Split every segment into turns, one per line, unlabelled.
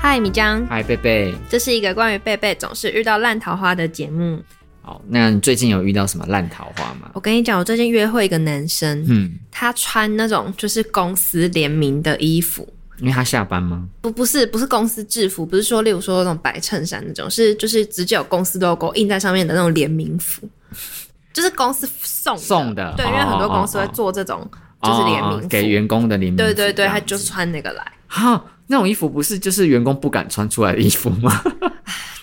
嗨，米江，
嗨，贝贝。
这是一个关于贝贝总是遇到烂桃花的节目。
好，那你最近有遇到什么烂桃花吗？
我跟你讲，我最近约会一个男生，
嗯，
他穿那种就是公司联名的衣服，
因为他下班吗？
不不是不是公司制服，不是说例如说那种白衬衫那种，是就是直接有公司 logo 印在上面的那种联名服， 就是公司送的
送的
对，因为很多
哦哦
公司会
哦
做这种就是联名
哦
服，
给员工的联名服
对对
这
对，
样
他
子
就是穿那个来。
哈，那种衣服不是就是员工不敢穿出来的衣服吗？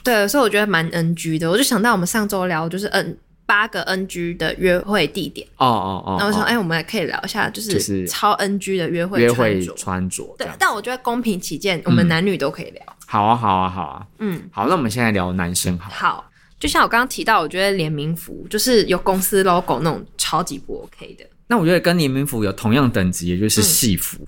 对，所以我觉得蛮 NG 的。我就想到我们上周聊就是 N 八个 NG 的约会地点，
哦哦哦，
然后我想，
哦
哎、我们也可以聊一下，就
就是
是超 NG 的约会
约
穿
会
着。
穿着这
对
样，。
但我觉得公平起见，我们
嗯
男女都可以聊。
好啊，好啊，好啊。
嗯，
好，那我们现在聊男生好了。
好，就像我刚刚提到，我觉得联名服就是有公司 logo 那种超级不 OK 的。
那我觉得跟联名服有同样等级，也就
嗯
是戏服。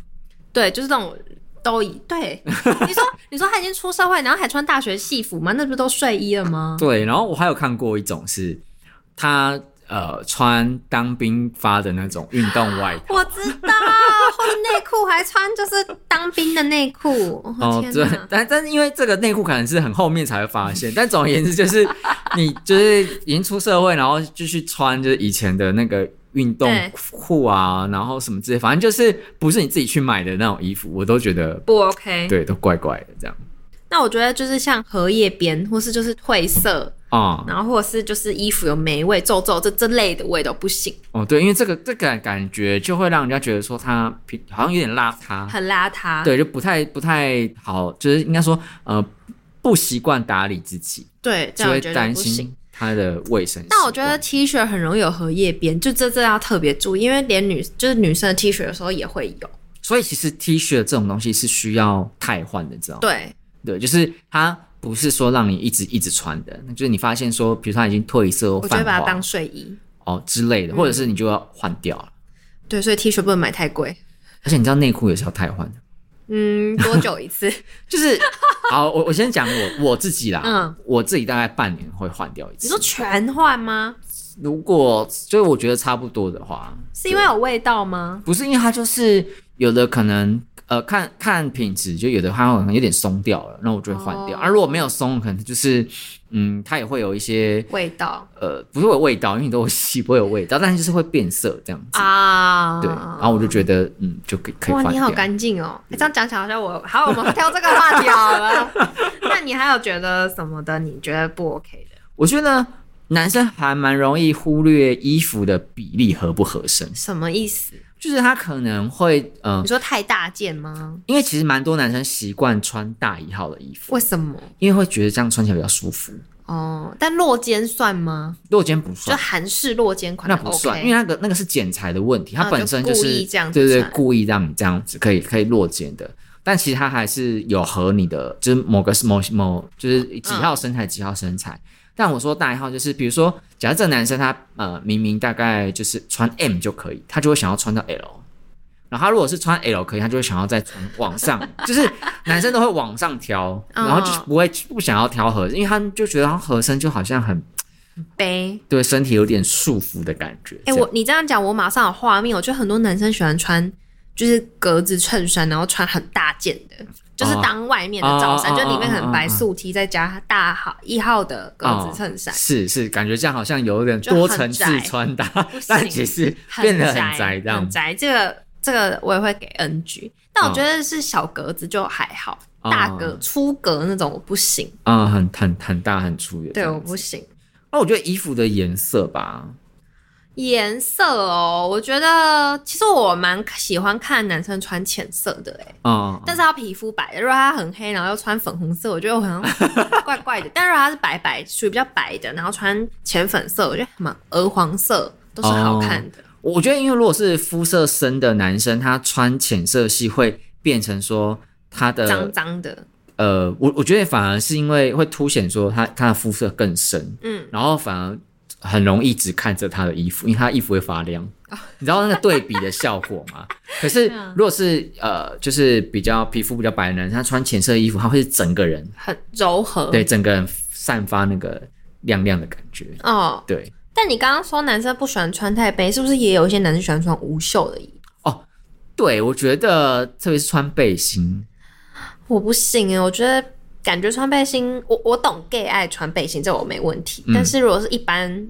对，就是这种都一 对。你说，你说他已经出社会，然后还穿大学戏服吗？那不是都睡衣了吗？
对，然后我还有看过一种是他呃穿当兵发的那种运动外套。
我知道，或者内裤还穿就是当兵的内 裤。哦，天
对
哪！，
但但是因为这个内裤可能是很后面才会发现，但总而言之就是你就是已经出社会，然后就去穿就是以前的那个运动
对
裤啊，然后什么之类，反正就是不是你自己去买的那种衣服，我都觉得
不 OK。
对，都怪怪的这样。
那我觉得就是像荷叶边，或是就是褪色，
啊、
然后或者是就是衣服有霉味、皱皱这这类的味都不行，
哦，对，因为这个这个感觉就会让人家觉得说他平好像有点邋遢，
很邋遢。
对，就不太不太好，就是应该说呃不习惯打理自己，
对，这
就
样
会
我觉得
担
不行。
心他的卫生习惯。
但我觉得 T 恤很容易有荷叶边，就这这要特别注意，因为连女就是女生的 T 恤有时候也会有。
所以其实 T 恤这种东西是需要汰换的，知道吗？
对
对，就是它不是说让你一直一直穿的，就是你发现说，比如说它已经褪色
我
或
就会
泛
把它
黄
当睡衣。
哦之
嗯
类的，或者是你就要换掉了。
对，所以 T 恤不能买太贵。
而且你知道内裤也是要汰换的，
嗯，多久一次？
就是好，我我先讲我我自己啦，
嗯
我自己大概半年会换掉一
你
次
说。全换吗？
如果就是我觉得差不多的话，
是因为有味道吗？
不是因为它就是有的可能呃看看品质，就有的它可能有点松掉了，那我就会换掉。
哦
而、如果没有松，可能就是嗯，它也会有一些
味道
呃，不是会有味道，因为你都有洗不会有味道，但是就是会变色这样子。
啊，
对，然后我就觉得嗯，就可以可以换
哇，
掉。嗯
你好干净哦！这样讲起来好像我好，我们挑这个话题好了。 那你还有觉得什么的？你觉得不 OK 的？
我觉得男生还蛮容易忽略衣服的比例合不合身，
什么意思？
就是他可能会呃
你，说太大件吗？
因为其实蛮多男生习惯穿大一号的衣服
为，什么？
因为会觉得这样穿起来比较舒服。
哦，但落肩算吗？
如果今天不算
就，韩式落肩款
那
的
不
OK
算，因为那个那个是剪裁的问题，它
啊
本身就是、
就故意这样子
对对，
裁
故意让你这样子可以可以落剪的。但其实它还是有和你的，就是某个某某就是几
嗯
号身材几号身材。但我说大一号就是，比如说，假设这个男生他呃明明大概就是穿 M 就可以，他就会想要穿到 L。然后他如果是穿 L 可以，他就会想要再穿往上，就是男生都会往上调，
嗯
然后就是不会不想要调合，因为他们就觉得合身就好像很
背。
对身体有点束缚的感觉。
哎、
这样
我你这样讲，我马上有画面。我觉得很多男生喜欢穿就是格子衬衫，然后穿很大件的，就是
哦
当外面的罩衫，
哦哦
就里面
哦哦
很白
哦
素 T，再加大号一号的格
哦
子衬衫。
是是，感觉这样好像有点
就
多
很
层次
宅
穿搭
不，
但
行
其实
很
变得很宅这样嗯
很。宅。这个这个我也会给 NG，但我觉得是小格子就还好，
哦
大格粗格那种我不行，
嗯，很很很大很粗的。
对，我。不行。
那我觉得衣服的颜色吧，
颜色哦，我觉得其实我蛮喜欢看男生穿浅色的哎、
嗯，
但是他皮肤白的，如果他很黑，然后又穿粉红色，我觉得我 好像怪怪的。但是如果他是白白，属于比较白的，然后穿浅粉色，我觉得蛮鹅黄色都是
哦
好看的。
我我觉得，因为如果是肤色深的男生，他穿浅色系会变成说他的
脏脏的，
呃，我我觉得反而是因为会凸显说他他的肤色更深，
嗯，
然后反而很容易只看着他的衣服，因为他衣服会发亮， 你知道那个对比的效果 吗？可是
啊
如果是呃，就是比较皮肤比较白的人，他穿浅色衣服，他会是整个人，
很柔和。
对，整个人散发那个亮亮的感觉，
哦，
对。
但你刚刚说男生不喜欢穿太背，是不是也有一些男生喜欢穿无袖的衣服？
对，我觉得特别是穿背心，
我不行哎，我觉得感觉穿背心，我我懂 gay 爱穿背心，这我没问题。
嗯
但是如果是一般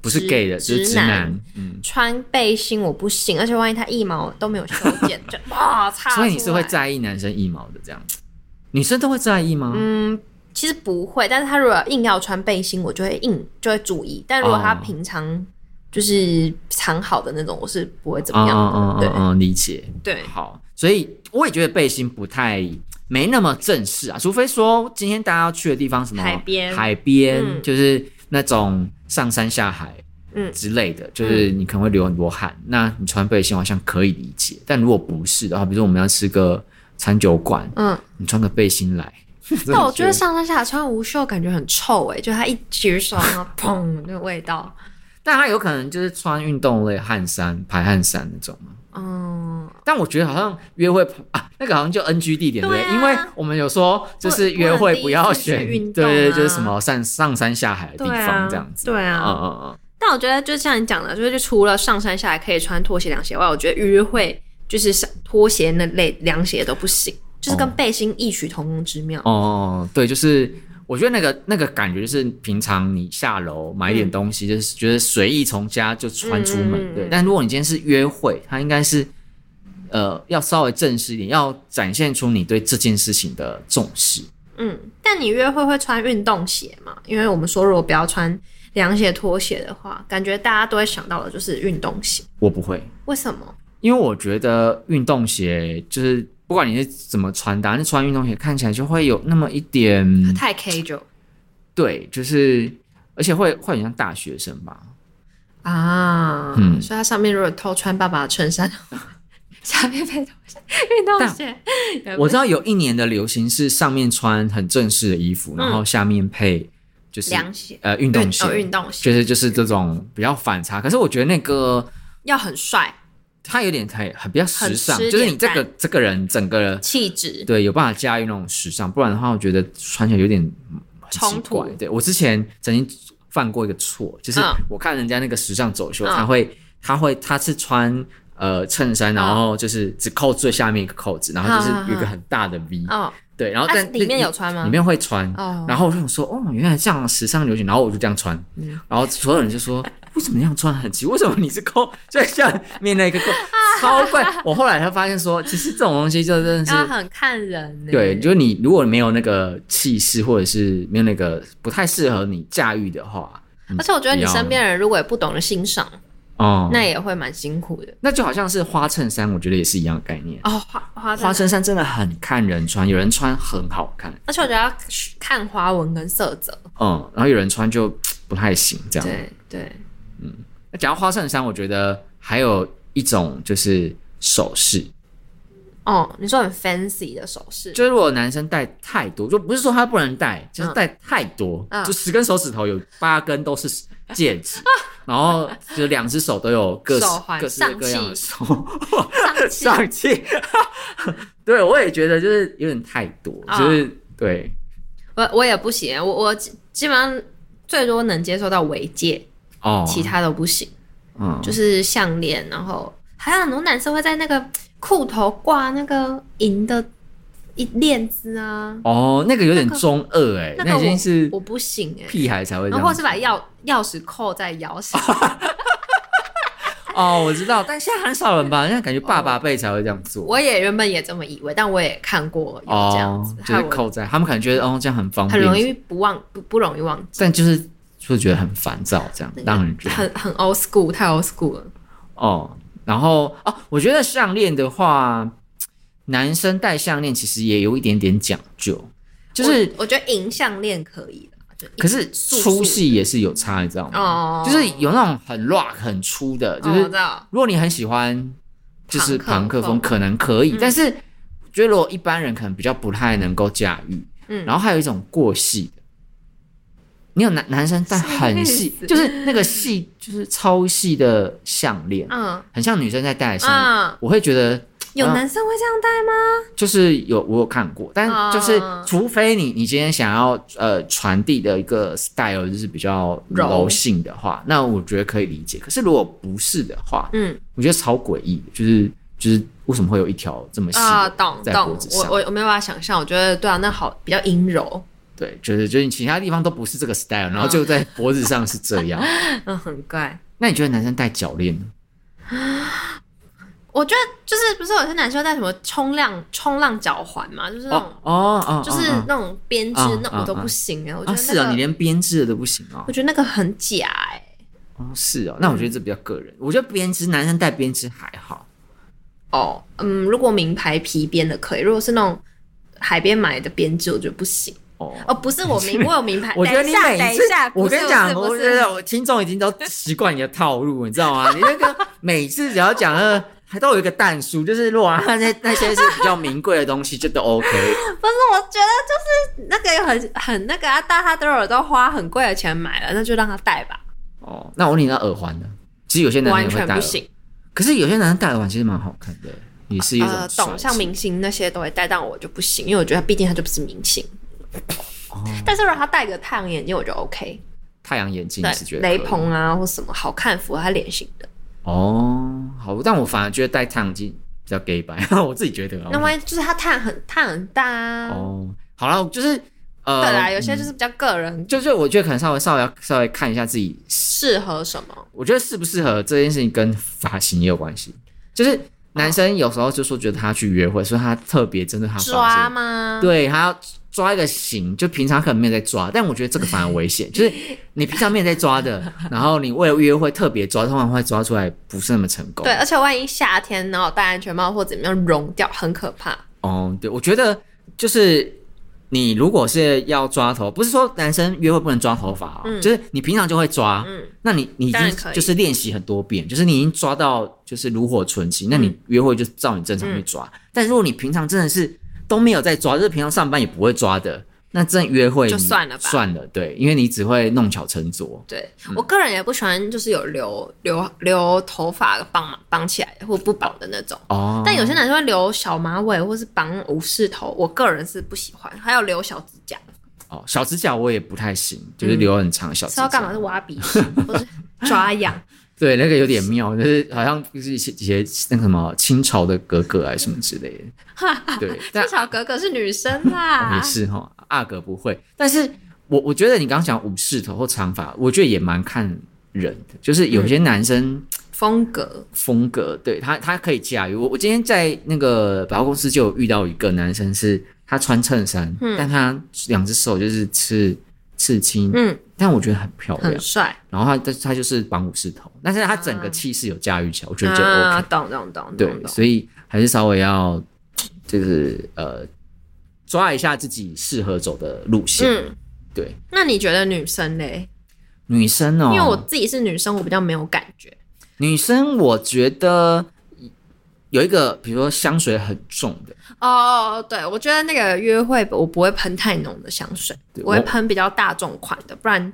不是 gay 的，就是直
直
男
男。
嗯，
穿背心，我不行，而且万一他一毛都没有修剪， 就哇擦！
所以你是会？在意男生一毛的这样子，女生都会在意吗？
嗯，其实不会，但是他如果硬要穿背心，我就会硬就会注意。但如果他
哦
平常就是藏好的那种，我是不会怎
嗯
么样的。
嗯嗯嗯，理解。
对对，
好，所以我也觉得背心不太没那么正式啊，除非说今天大家要去的地方什么
海边
海边、
嗯
就是那种上山下海，
嗯
之类的，就是你可能会流很多汗，那你穿背心好像可以理解，但如果不是的话，比如说我们要吃个餐酒馆，
嗯。
你穿个背 心来，真
但
的
我觉得上山下海穿无袖感觉很臭哎、就他一举手，然后砰，那个味道。
但他有可能就是穿运动类汗衫、排汗衫那种嘛。
嗯，
但我觉得好像约会 啊，那个好像就 NG 地点对不对
对啊
因为我们有说就是约会不要选，
不能第一次选运动啊
对对，就是什么上上山下海的地
对啊
方这样，子。
对
嗯
啊。
嗯嗯，
但我觉得就像你讲的，就是除了上山下海可以穿拖鞋、凉鞋外，我觉得约会就是上拖鞋那类凉鞋都不行，就是跟
哦
背心异曲同工之妙。
哦哦，对，就是我觉得那个那个感觉就是平常你下楼买点东西，就是觉得随意从家就穿出门，
嗯嗯嗯
对
嗯。
但如果你今天是约会，它应该是呃要稍微正式一点，要展现出你对这件事情的重视。
嗯，但你约会会穿运动鞋吗？因为我们说如果不要穿凉鞋、拖鞋的话，感觉大家都会想到的就是运动鞋。
我不会，
为什么？
因为我觉得运动鞋就是不管你是怎么穿搭，那穿运动鞋看起来就会有那么一点，
太 casual
对，就是而且会会很像大学生吧。
啊，
嗯
所以它上面如果偷穿爸爸的衬衫， 下面配拖鞋、运动鞋，也不
我知道有一年的流行是上面穿很正式的衣服，然后下面配就是
嗯凉鞋、
呃运动鞋，
哦运动鞋
就是就是这种比较反差。可是我觉得那个
要很帅，
它有点太很比较时尚，
很吃
就是你
脸
这
蛋
个这个人整个
气质
对，有办法驾驭那种时尚，不然的话，我觉得穿起来有点嗯很
冲
奇怪
突
对我之前曾经犯过一个错，就是
嗯
我看人家那个时尚走秀，
嗯
他会他会他是穿呃衬衫，然
嗯
后就是只扣最下面一个扣子，然后就是有一个
嗯嗯嗯
很大的 V，
哦，
对，然后
啊
但、
里面有穿吗
里面会穿。
哦
然后我就想说，哦，原来这样时尚流行，然后我就这样穿，
嗯
然后所有人就说，为什么那样穿很奇？为什么你是扣在下面那个扣，超 怪！我后来才发现说，其实这种东西就真的是
要很看人呢。
对，就是你如果没有那个气势，或者是没有那个不太适合你驾驭的话，
而且我觉得你
要
身边人如果也不懂得欣赏，
哦、
那也会蛮辛苦的。
那就好像是花衬衫，我觉得也是一样的概念。
哦，花花
花
花，
衬衫真的很看人穿，有人穿很好看，
而且我觉得要看花纹跟色泽。
嗯，然后有人穿就嘖不太行这样。
对对，
那讲到花衬衫，我觉得还有一种就是首饰，
哦，你说很 fancy 的首饰，
就是如果男生戴太多，就不是说他不能戴，就是戴太多，
嗯
就十根手指头有八根都是戒 指，然后就两只手都有各式
手环
各式各样的手
气
上气。 对，我也觉得就是有点太多，
啊
就是对
我我也不行，我我基基本上最多能接受到尾戒，
哦，
其他都不行。
嗯
就是项链，然后还有很多男生会在那个裤头挂那个银的一链子啊，
哦，那个有点中二哎、
那个
那已经是
我不行哎、
屁孩才会这
然后或
样
是把钥钥匙扣在腰 上，
哦，我知道，但现在很少人吧，现在感觉爸爸辈才会这样做。
我也原本也这么以为，但我也看过有这样
哦
子，，
就是
害我
扣在，他们可能觉得哦这样很方便，
很容易不忘不不容易忘记，
但就是就觉得很烦躁，这样让人觉得
很很 old school，太 old school 了。
哦。然后哦，我觉得项链的话，男生戴项链其实也有一点点讲究，就是
我我觉得银项链可以了，就银
可是
素
粗
素
细也是有差，你知道吗？
哦，
就是有那种很 rock 很粗的，就
哦我
是
知道
如果你很喜欢就是朋
朋
克
克
风，
风嗯
可能可以，但是觉得如果一般人可能比较不太能够驾驭。
嗯
然后还有一种过细的，你有男男生戴很
什
细
么意，思
就是那个细就是超细的项链，
嗯
很像女生在戴的项链，
嗯，
我会觉得
有
嗯
男生会这样戴吗？
就是有我有看过，但就是
哦
除非你你今天想要呃传递的一个 style 就是比较
柔
柔性的话，那我觉得可以理解。可是如果不是的话，
嗯，
我觉得超诡异的，就是就是为什么会有一条这么细
啊，
的
懂
在脖
懂
子，
我
上？
我我没有办法想象，我觉得对啊，那好比较阴柔，
对，就是就是你其他地方都不是这个 style，然后就在脖子上是这样。
嗯，很怪。
那你觉得男生戴脚链呢？
我觉得就是不是有些男生戴什么冲浪冲浪脚环嘛，就是那种、
哦哦，
就是
哦
那种编织、
嗯
那我都
嗯嗯
不行哎、我
哦
觉
啊
得、那
是啊，
个
你连编织的都不行哦
我。觉得那个很假哎、
哦是哦，那我觉得这比较个人。我觉得编织男生戴编织还好，
哦，嗯，如果名牌皮鞭的可以，如果是那种海边买的编织，我觉得不行。
哦。
哦，不是我 名，我有名牌。
我觉得
等
你
一下
每
等
次
一下，，不
我
是
跟你讲，
不
我
是
觉得我听众已经都习惯你的套路，你知道吗？你 那个每次只要讲了，还都有一个淡书，就是如果他那那些是比较名贵的东西，就都 OK。
不是，我觉得就是那个很很那个啊，大家都有都花很贵的钱买了，那就让他戴吧，
哦，那我问你那耳环呢？其实有些男生
完
也会
全
戴
不
耳，
行。
可是有些男生戴耳环其实蛮好看的，也是一种
呃，
帅
懂，像
气
明星那些都会戴，但我就不行，因为我觉得毕竟他就不是明星。
哦
但是如果他戴个太阳眼镜，我就 OK，
太阳眼镜，是觉
对，
得可以
雷朋啊或什么好看符合他脸型的。
哦，好，但我反而觉得戴太阳镜比较 gay 白， 我自己觉得啊。
那万一就是他太阳很太阳很大啊，
哦，好了，就是呃，
对啊啦，有些就是比较个人
就是我觉得可能稍微稍微要稍微看一下自己
适合什么。
我觉得适不适合这件事情跟发型也有关系。就是男生有时候就说觉得他去约会，所以他特别针对他
抓
发
吗
型，？对他要抓一个型，就平常可能没有在抓，但我觉得这个反而危险。就是你平常没有在抓的，然后你为了约会特别抓，通常会抓出来不是那么成功。
对，而且万一夏天然后戴安全帽或怎么样融掉，很可怕。
哦，对，我觉得就是你如果是要抓头，不是说男生约会不能抓头发、哦，
嗯
就是你平常就会抓，
嗯
那你你已
当然
经
可以
就是练习很多遍，就是你已经抓到就是炉火纯青，那你约会就照你正常去抓。
嗯
但如果你平常真的是都没有在抓，就是平常上班也不会抓的，那真的约会
就
你
算了吧
算了，对，因为你只会弄巧成拙。
对、我个人也不喜欢，就是有留留留头发绑绑起来或不绑的那种。
哦，
但有些男生会留小马尾或是绑武士头，我个人是不喜欢。还有留小指甲，
哦，小指甲我也不太行，就是
嗯
留很长的小指
是
甲。
要干嘛？是挖鼻屎或是抓痒？
对，那个有点妙，就是好像就是一些一些那个什么清朝的格格啊什么之类的。对，啊哦但
至少格格是啊女生啦
没。事哈，阿格不会。但是我我觉得你刚刚讲武士头或长发，我觉得也蛮看人的，就是有些男生
风格
风格，对他他可以驾驭。我我今天在那个百货公司就有遇到一个男生是，他穿衬衫，
嗯
但他两只手就是刺刺青，
嗯
但我觉得很漂亮
很。帅
然后他但是他就是绑武士头，但是他整个气势有驾驭起来，我觉得就 OK。
啊，懂懂懂
对
懂，懂。
所以还是稍微要就是呃抓一下自己适合走的路线。
嗯，
对，
那你觉得女生嘞？
女生哦，
因为我自己是女生，我比较没有感觉。
女生我觉得有一个，比如说香水很重的，
哦，对，我觉得那个约会我不会喷太浓的香水，
对
我会
我
喷比较大众款的，不然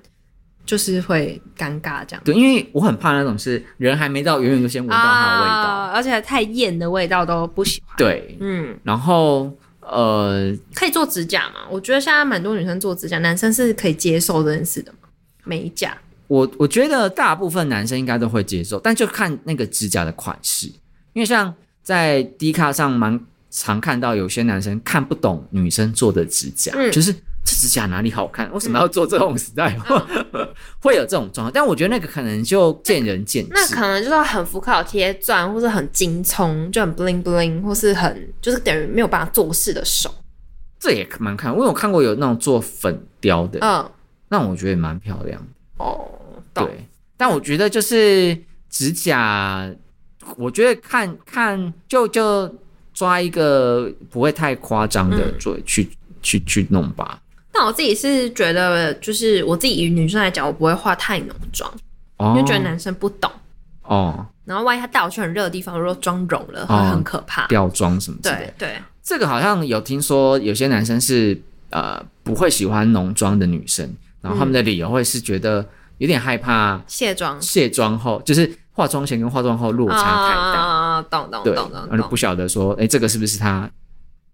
就是会尴尬这样。
对，因为我很怕那种是人还没到，远远就先闻到它的味道。
啊，而且太艳的味道都不喜欢。
对，
嗯，
然后呃，
可以做指甲嘛？我觉得现在蛮多女生做指甲，男生是可以接受这件事的嘛？美甲
我我觉得大部分男生应该都会接受，但就看那个指甲的款式，因为像在 D 卡上蛮常看到有些男生看不懂女生做的指甲，
嗯
就是这指甲哪里好看，为什么要做这种 style，、会有
嗯
这种状况。但我觉得那个可能就见仁见智。
那可能就是很浮夸贴钻，或是很精葱，就很 bling bling，或是很就是等于没有办法做事的手。
这也蛮看，因为我看过有那种做粉雕的，
嗯，
那我觉得也蛮漂亮的。
哦，懂。
对，但我觉得就是指甲，我觉得看看就就抓一个不会太夸张的
嗯
做、去去去弄吧。
但我自己是觉得，就是我自己以女生来讲，我不会化太浓妆，
哦
因为觉得男生不懂。
哦
然后万一他带我去很热的地方，如果妆融了，会
哦
很可怕。
吊装什么之类的
对，对，
这个好像有听说有些男生是呃不会喜欢浓妆的女生，然后他们的理由会是觉得有点害怕
卸妆
卸妆后，就是化妆前跟化妆后落差太大。
啊，懂懂
对，
懂
然
懂
后就
懂，
不晓得说，哎、这个是不是他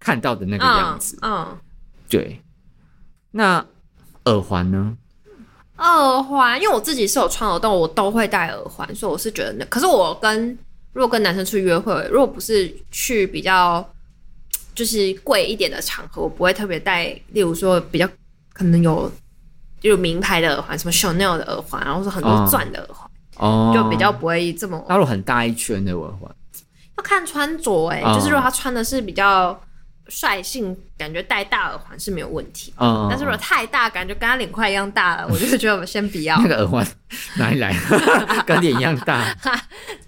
看到的那个样子？
嗯，
对，那耳环呢？
嗯耳环，因为我自己是有穿耳洞，我都会戴耳环，所以我是觉得那，可是我跟如果跟男生出去约会，如果不是去比较就是贵一点的场合，我不会特别戴，例如说比较可能有有名牌的耳环，什么 Chanel 的耳环，然后是很多
哦
钻的耳环，
哦，
就比较不会这么
大陆很大一圈的耳环，
要看穿着哎、
哦
就是如果他穿的是比较率性，感觉戴大耳环是没有问题。
嗯，
但是如果太大，感觉跟他领块一样大了，我就觉得我先不要
那。个耳环哪里来 的？跟脸一样 大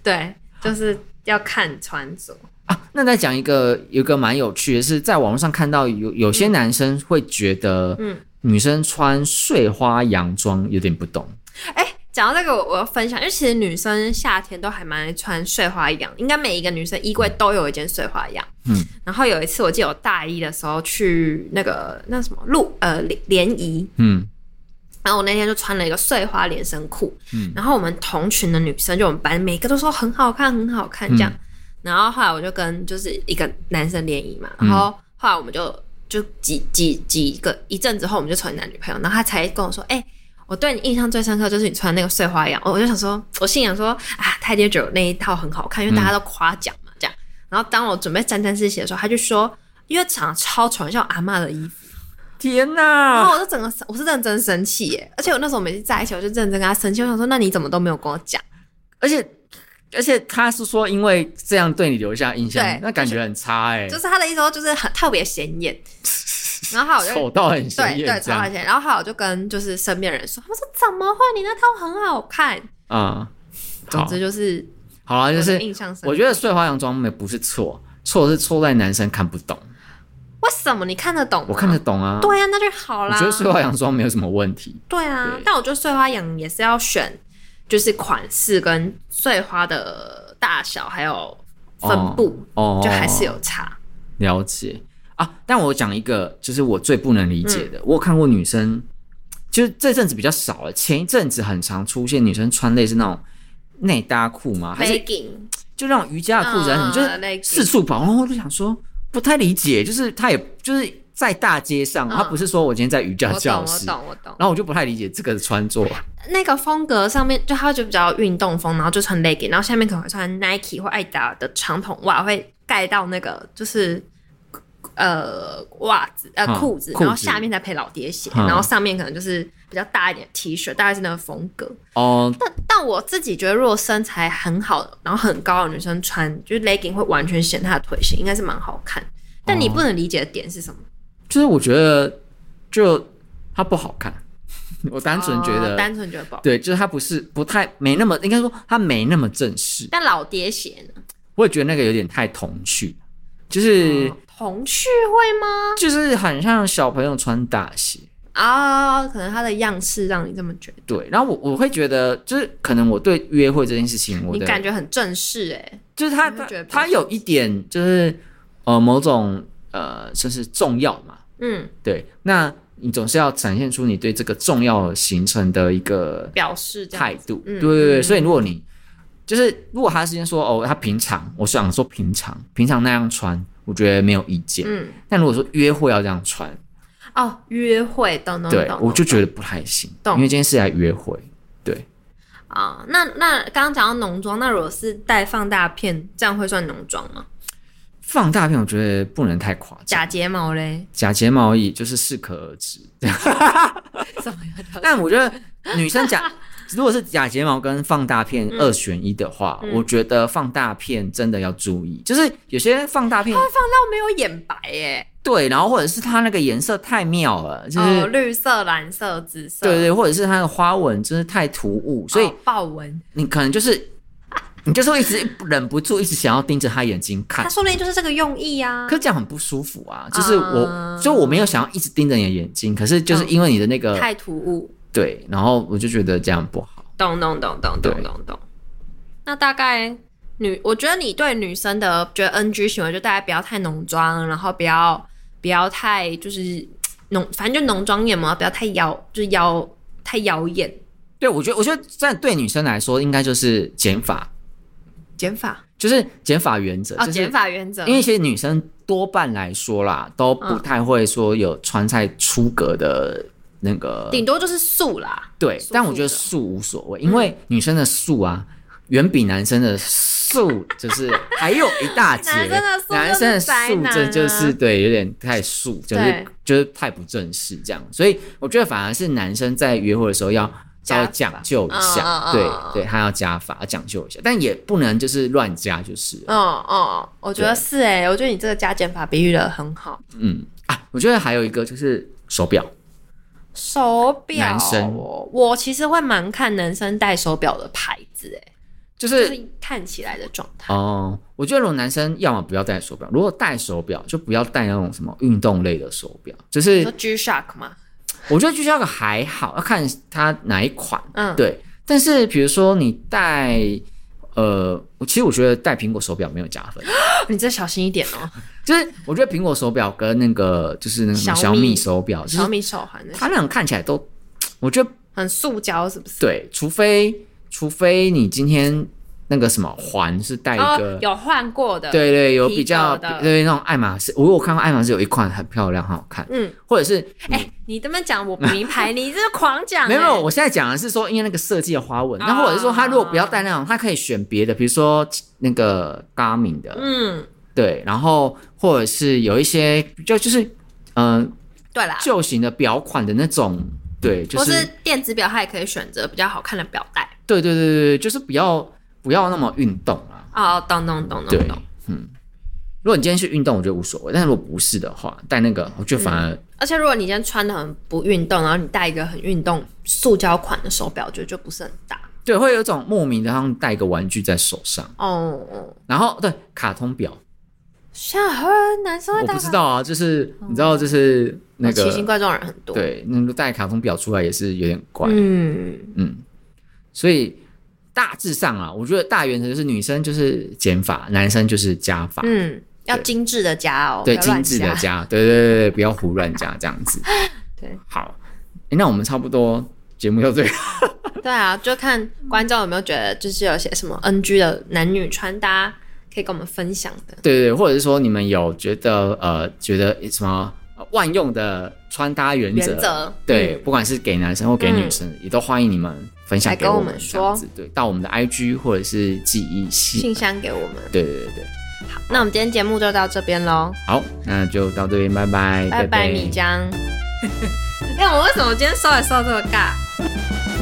对，就是要看穿着。
啊！那再讲一个，有一个蛮有趣的是，在网络上看到有有些男生会觉得，
嗯
女生穿碎花洋装有点不懂
哎、讲到这个，我我要分享，因为其实女生夏天都还蛮爱穿碎花洋，应该每一个女生衣柜都有一件碎花洋。
嗯，
然后有一次我记得我大一的时候去那个那什么露呃联联谊，
嗯
然后我那天就穿了一个碎花连身裤，
嗯
然后我们同群的女生就我们班每个都说很好看，很好看这样。然后后来我就跟就是一个男生联谊嘛，然后后来我们就就几几几个一阵子后我们就成为男女朋友，然后他才跟我说，哎、我对你印象最深刻就是你穿那个碎花洋，我我就想说，我心想说啊，太跌九那一套很好看，因为大家都夸奖嘛，这样。然后当我准备沾沾自喜的时候，他就说，因为长得超丑，很像我阿嬷的衣服。
天
然
哪！
后我就整个生我是认真生气耶，而且我那时候每次在一起，我就认真跟他生气，我想说，那你怎么都没有跟我讲？
而且而且他是说，因为这样对你留下印象
对，
那感觉很差哎、
就是他的意思说，就是很特别显 眼。然后后来我就
丑到很
对对
显眼这
超好
样
显眼，然后后来我就跟就是身边人说，他们说怎么会？你那套很好看。
啊、
总之就是
好了，就
我
是
的印象深
我
刻。
觉得碎花洋装没不是错，错是错在男生看不懂，
为什么你看得懂吗？
我看得懂啊。
对啊，那就好
我
啦。
觉得碎花洋装没有什么问题。
对啊，
对
但我觉得碎花羊也是要选，就是款式跟碎花的大小还有分布，
哦，
就还是有差。
了解啊。但我讲一个，就是我最不能理解
嗯
的，我有看过女生，就是这阵子比较少了，前一阵子很常出现女生穿类似那种内搭裤吗？还是
legging
就那种瑜伽的裤子还是什么，
嗯
就是四处跑。然后我就想说，不太理解，就是她也就是在大街上，
嗯
她不是说我今天在瑜伽
我懂
教
我
室。
懂我懂，
然后我就不太理解这个穿着，
那个风格上面就它就比较运动风，然后就穿 legging，然后下面可能会穿 Nike 或爱达的长筒袜，会盖到那个就是呃袜子呃
嗯
裤子，
裤子
然后下面再配老爹鞋，
嗯
然后上面可能就是比较大一点的 T 恤，大概是那个风格。
哦，
但但我自己觉得，如果身材很好，然后很高的女生穿就是 legging 会完全显她的腿型，应该是蛮好看。但你
哦
不能理解的点是什么？
就是我觉得就它不好看， 我单纯觉得
哦单纯觉得不好看。
对，就是它不是不太没那么，应该说它没那么正式。
但老爹鞋呢？
我也觉得那个有点太童趣，就是、
哦童趣会吗？
就是很像小朋友穿大鞋。
啊、可能他的样式让你这么觉得，
对，然后我我会觉得，就是可能我对约会这件事情，我
你
的
感觉很正式哎、
就是他
你会觉得
他
不
他有一点就是呃某种呃就是重要嘛，
嗯，
对，那你总是要展现出你对这个重要行程的一个
表示这样
态度，
嗯
对对对，
嗯
所以如果你就是如果他先说哦，他平常，我想说平常平常那样穿，我觉得没有意见。
嗯，
但如果说约会要这样穿，
哦，约会，懂懂
对
嗯懂，
我就觉
得
得不太行，
懂
因为今天是来约会，
啊、那那刚刚讲到浓妆，那如果是带放大片，这样会算浓妆吗？
放大片我觉得不能太夸张，
假睫毛 嘞？
假睫毛也就是适可而止。
怎么哦样？
但我觉得女生假 如果是假睫毛跟放大片二选一的话，
嗯
我觉得放大片真的要注意，就是有些放大片
那没有眼白耶、
对，然后或者是它那个颜色太妙了，就是、
哦，绿色、蓝色、紫色，
对对，或者是它的花纹真是太突兀，所以
哦豹纹，
你可能就是、你就是会一直忍不住一直想要盯着他眼睛看
它，说不定就是这个用意啊。
可是这样很不舒服啊。就是我，
啊
所以我没有想要一直盯着你的眼睛，可是就是因为你的那个、
太突兀，
对，然后我就觉得这样不好。
懂懂懂懂懂
对
懂懂。那大概女，我觉得你对女生的觉得 NG 行为，就大概不要太浓妆，然后不要不要太就是浓，反正就浓妆艳嘛，不要太妖，就是妖太妖艳。
对，我觉得，我觉得在对女生来说，应该就是减法，
减法
就是减法原则，
哦，
就是
减法原则，
因为其实女生多半来说啦，都
嗯
不太会说有穿太出格的那个。
顶多就是素啦。
对
素，
但我觉得
素
素无所谓，因为女生的素啊，远比男生的素素 就是还有一大截，
男生的素
男生的素
就是
真就
宅男
是
啊
对有点太素，就是
对
就是太不正式这样，所以我觉得反而是男生在约会的时候要稍微
加法
讲究一
嗯
下，
嗯嗯
对
嗯嗯
对，他要加法要讲究一下，但也不能就是乱加，就是了
嗯嗯，我觉得
对
是哎、我觉得你这个加减法比喻的很好。
嗯啊，我觉得还有一个就是手表，
手表，
男生
我我其实会蛮看男生戴手表的牌子哎、
就
就是是看起来的状态。
哦，我觉得如果男生要么不要戴手表，如果戴手表就不要戴那种什么运动类的手表，就
你
是
说 G Shock 嘛，
我觉得 G s h o 还好，要看它哪一款。
嗯，
对，但是比如说你戴，呃，我其实我觉得戴苹果手表没有加分，
你这小心一点哦，
就是我觉得苹果手表跟那个就是那个什么
小
小
米
米手表， 就
小
是
米手环的
它那种看起来都，我觉得
很塑胶是不是？
对，除非除非你今天那个什么环是戴一个、
哦，有换过的，，
对对，有
皮
比
革
较
的
对那种爱马仕，我有看过爱马仕有一款很漂亮，很好看，
嗯，
或者是
哎、你这么讲我名牌， 你这是狂讲、欸，
没有没有，我现在讲的是说，因为那个设计的花纹，
啊
那或者是说他如果不要戴那种，他可以选别的，比如说那个 Garmin 的，
嗯，
对，然后或者是有一些就就是嗯、呃
对啦，
旧型的表款的那种，对，就
或
是
是电子表，它也可以选择比较好看的表带。
对对对对对，就是不要不要那么运动啊，
哦，懂懂懂
对
懂懂。，
嗯。如果你今天去运动，我觉得无所谓；但如果不是的话，戴那个，我觉得反而
而且如果你今天穿的很不运动，然后你戴一个很运动塑胶款的手表，我觉得就不是很搭。
对，会有一种莫名的，好像戴一个玩具在手上，
哦哦，
然后对卡通表，
现在很男生会
我
哦戴吗
不知，道啊，就是你知道，就是那
哦奇形
个
怪状的人很多。，
对，那个戴卡通表出来也是有点怪，
嗯，
嗯，所以大致上啊，我觉得大原则就是女生就是减法，男生就是加法，
嗯，要
对
精致的加哦，
对，
不要乱
精致的
加。
加，对对对对，不要胡乱加这样子。
对，
好，诶那我们差不多节目就这样。
对啊，就看观众有没有觉得，就是有些什么 NG 的男女穿搭可以跟我们分享的。
对对，或者是说你们有觉得呃，觉得什么呃万用的穿搭原则？
原则
对，
嗯
不管是给男生或给女生，也都欢迎你们分享
来
给
跟
我
我
们
们
这样
说
子对，到我们的 IG 或者是记忆系。
信箱给我们。
对对对对，
好，那我们今天节目就到这边喽，
好，那就到这边，拜拜，
拜拜，米。江。哎、我为什么今天收也收这么尬？